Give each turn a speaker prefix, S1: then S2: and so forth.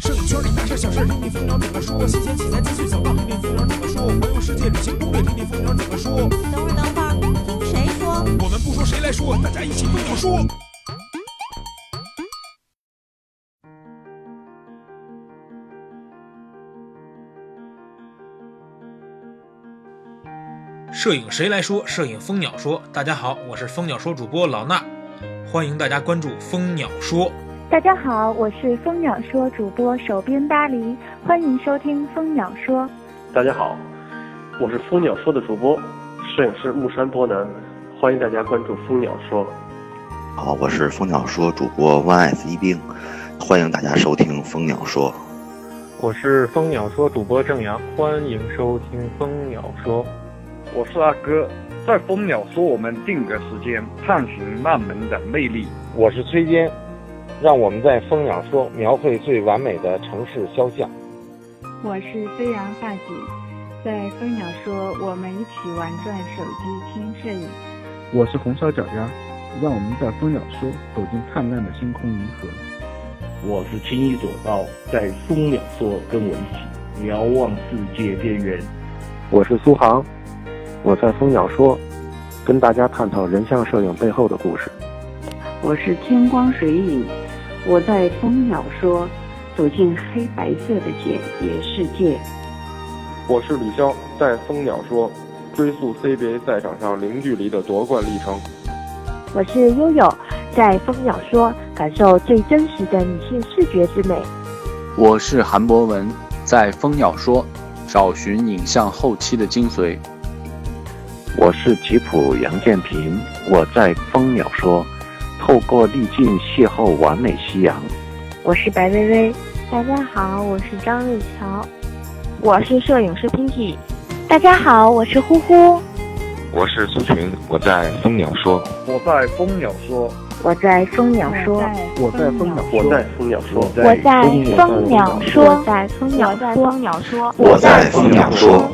S1: 说里面事小事，听听蜂鸟怎么说。新鲜起咱继续小杠，听听蜂鸟怎么说。环游世界旅行攻略，听听蜂鸟怎么说。
S2: 等会儿等会儿，听谁说？
S1: 我们不说谁来说，大家一起蜂鸟说。
S3: 摄影谁来说？摄影蜂鸟说。大家好，我是蜂鸟说主播老衲，欢迎大家关注蜂鸟说。
S4: 大家好，我是蜂鸟说主播手边巴黎，欢迎收听蜂鸟说。
S5: 大家好，我是蜂鸟说的主播，摄影师木山波南，欢迎大家关注蜂鸟说。
S6: 好，我是蜂鸟说主播 One S 一冰，欢迎大家收听蜂鸟说。
S7: 我是蜂鸟说主播郑阳，欢迎收听蜂鸟说。
S8: 我是阿哥，在蜂鸟说我们定格时间，探寻慢门的魅力。
S9: 我是崔坚，让我们在蜂鸟说描绘最完美的城市肖像。
S10: 我是飞扬发髻，在蜂鸟说我们一起玩转手机听摄影。
S11: 我是红烧脚丫，让我们在蜂鸟说走进灿烂的星空银河。
S12: 我是情意左道，在蜂鸟说跟我一起啊瞭望世界边缘。
S13: 我是苏杭。我在蜂鸟说，跟大家探讨人像摄影背后的故事。
S14: 我是天光水影，我在蜂鸟说，走进黑白色的简约世界。
S15: 我是吕潇，在蜂鸟说，追溯 CBA 赛场上零距离的夺冠历程。
S16: 我是悠悠，在蜂鸟说，感受最真实的女性视觉之美。
S17: 我是韩博文，在蜂鸟说，找寻影像后期的精髓。
S13: 我是吉普杨建平，我在蜂鸟说，透过滤镜邂逅完美夕阳。
S18: 我是白薇薇，
S19: 大家好，我是张瑞乔，
S20: 我是摄影师 Pinky，
S11: 大家好，我是呼呼，
S15: 我是苏群，我在蜂鸟说，
S8: 我在蜂鸟说，
S18: 我在蜂鸟说，
S11: 我在蜂鸟，
S5: 我在蜂鸟说，
S11: 我在
S16: 蜂鸟说，
S19: 我在蜂鸟说，
S6: 我在蜂鸟说。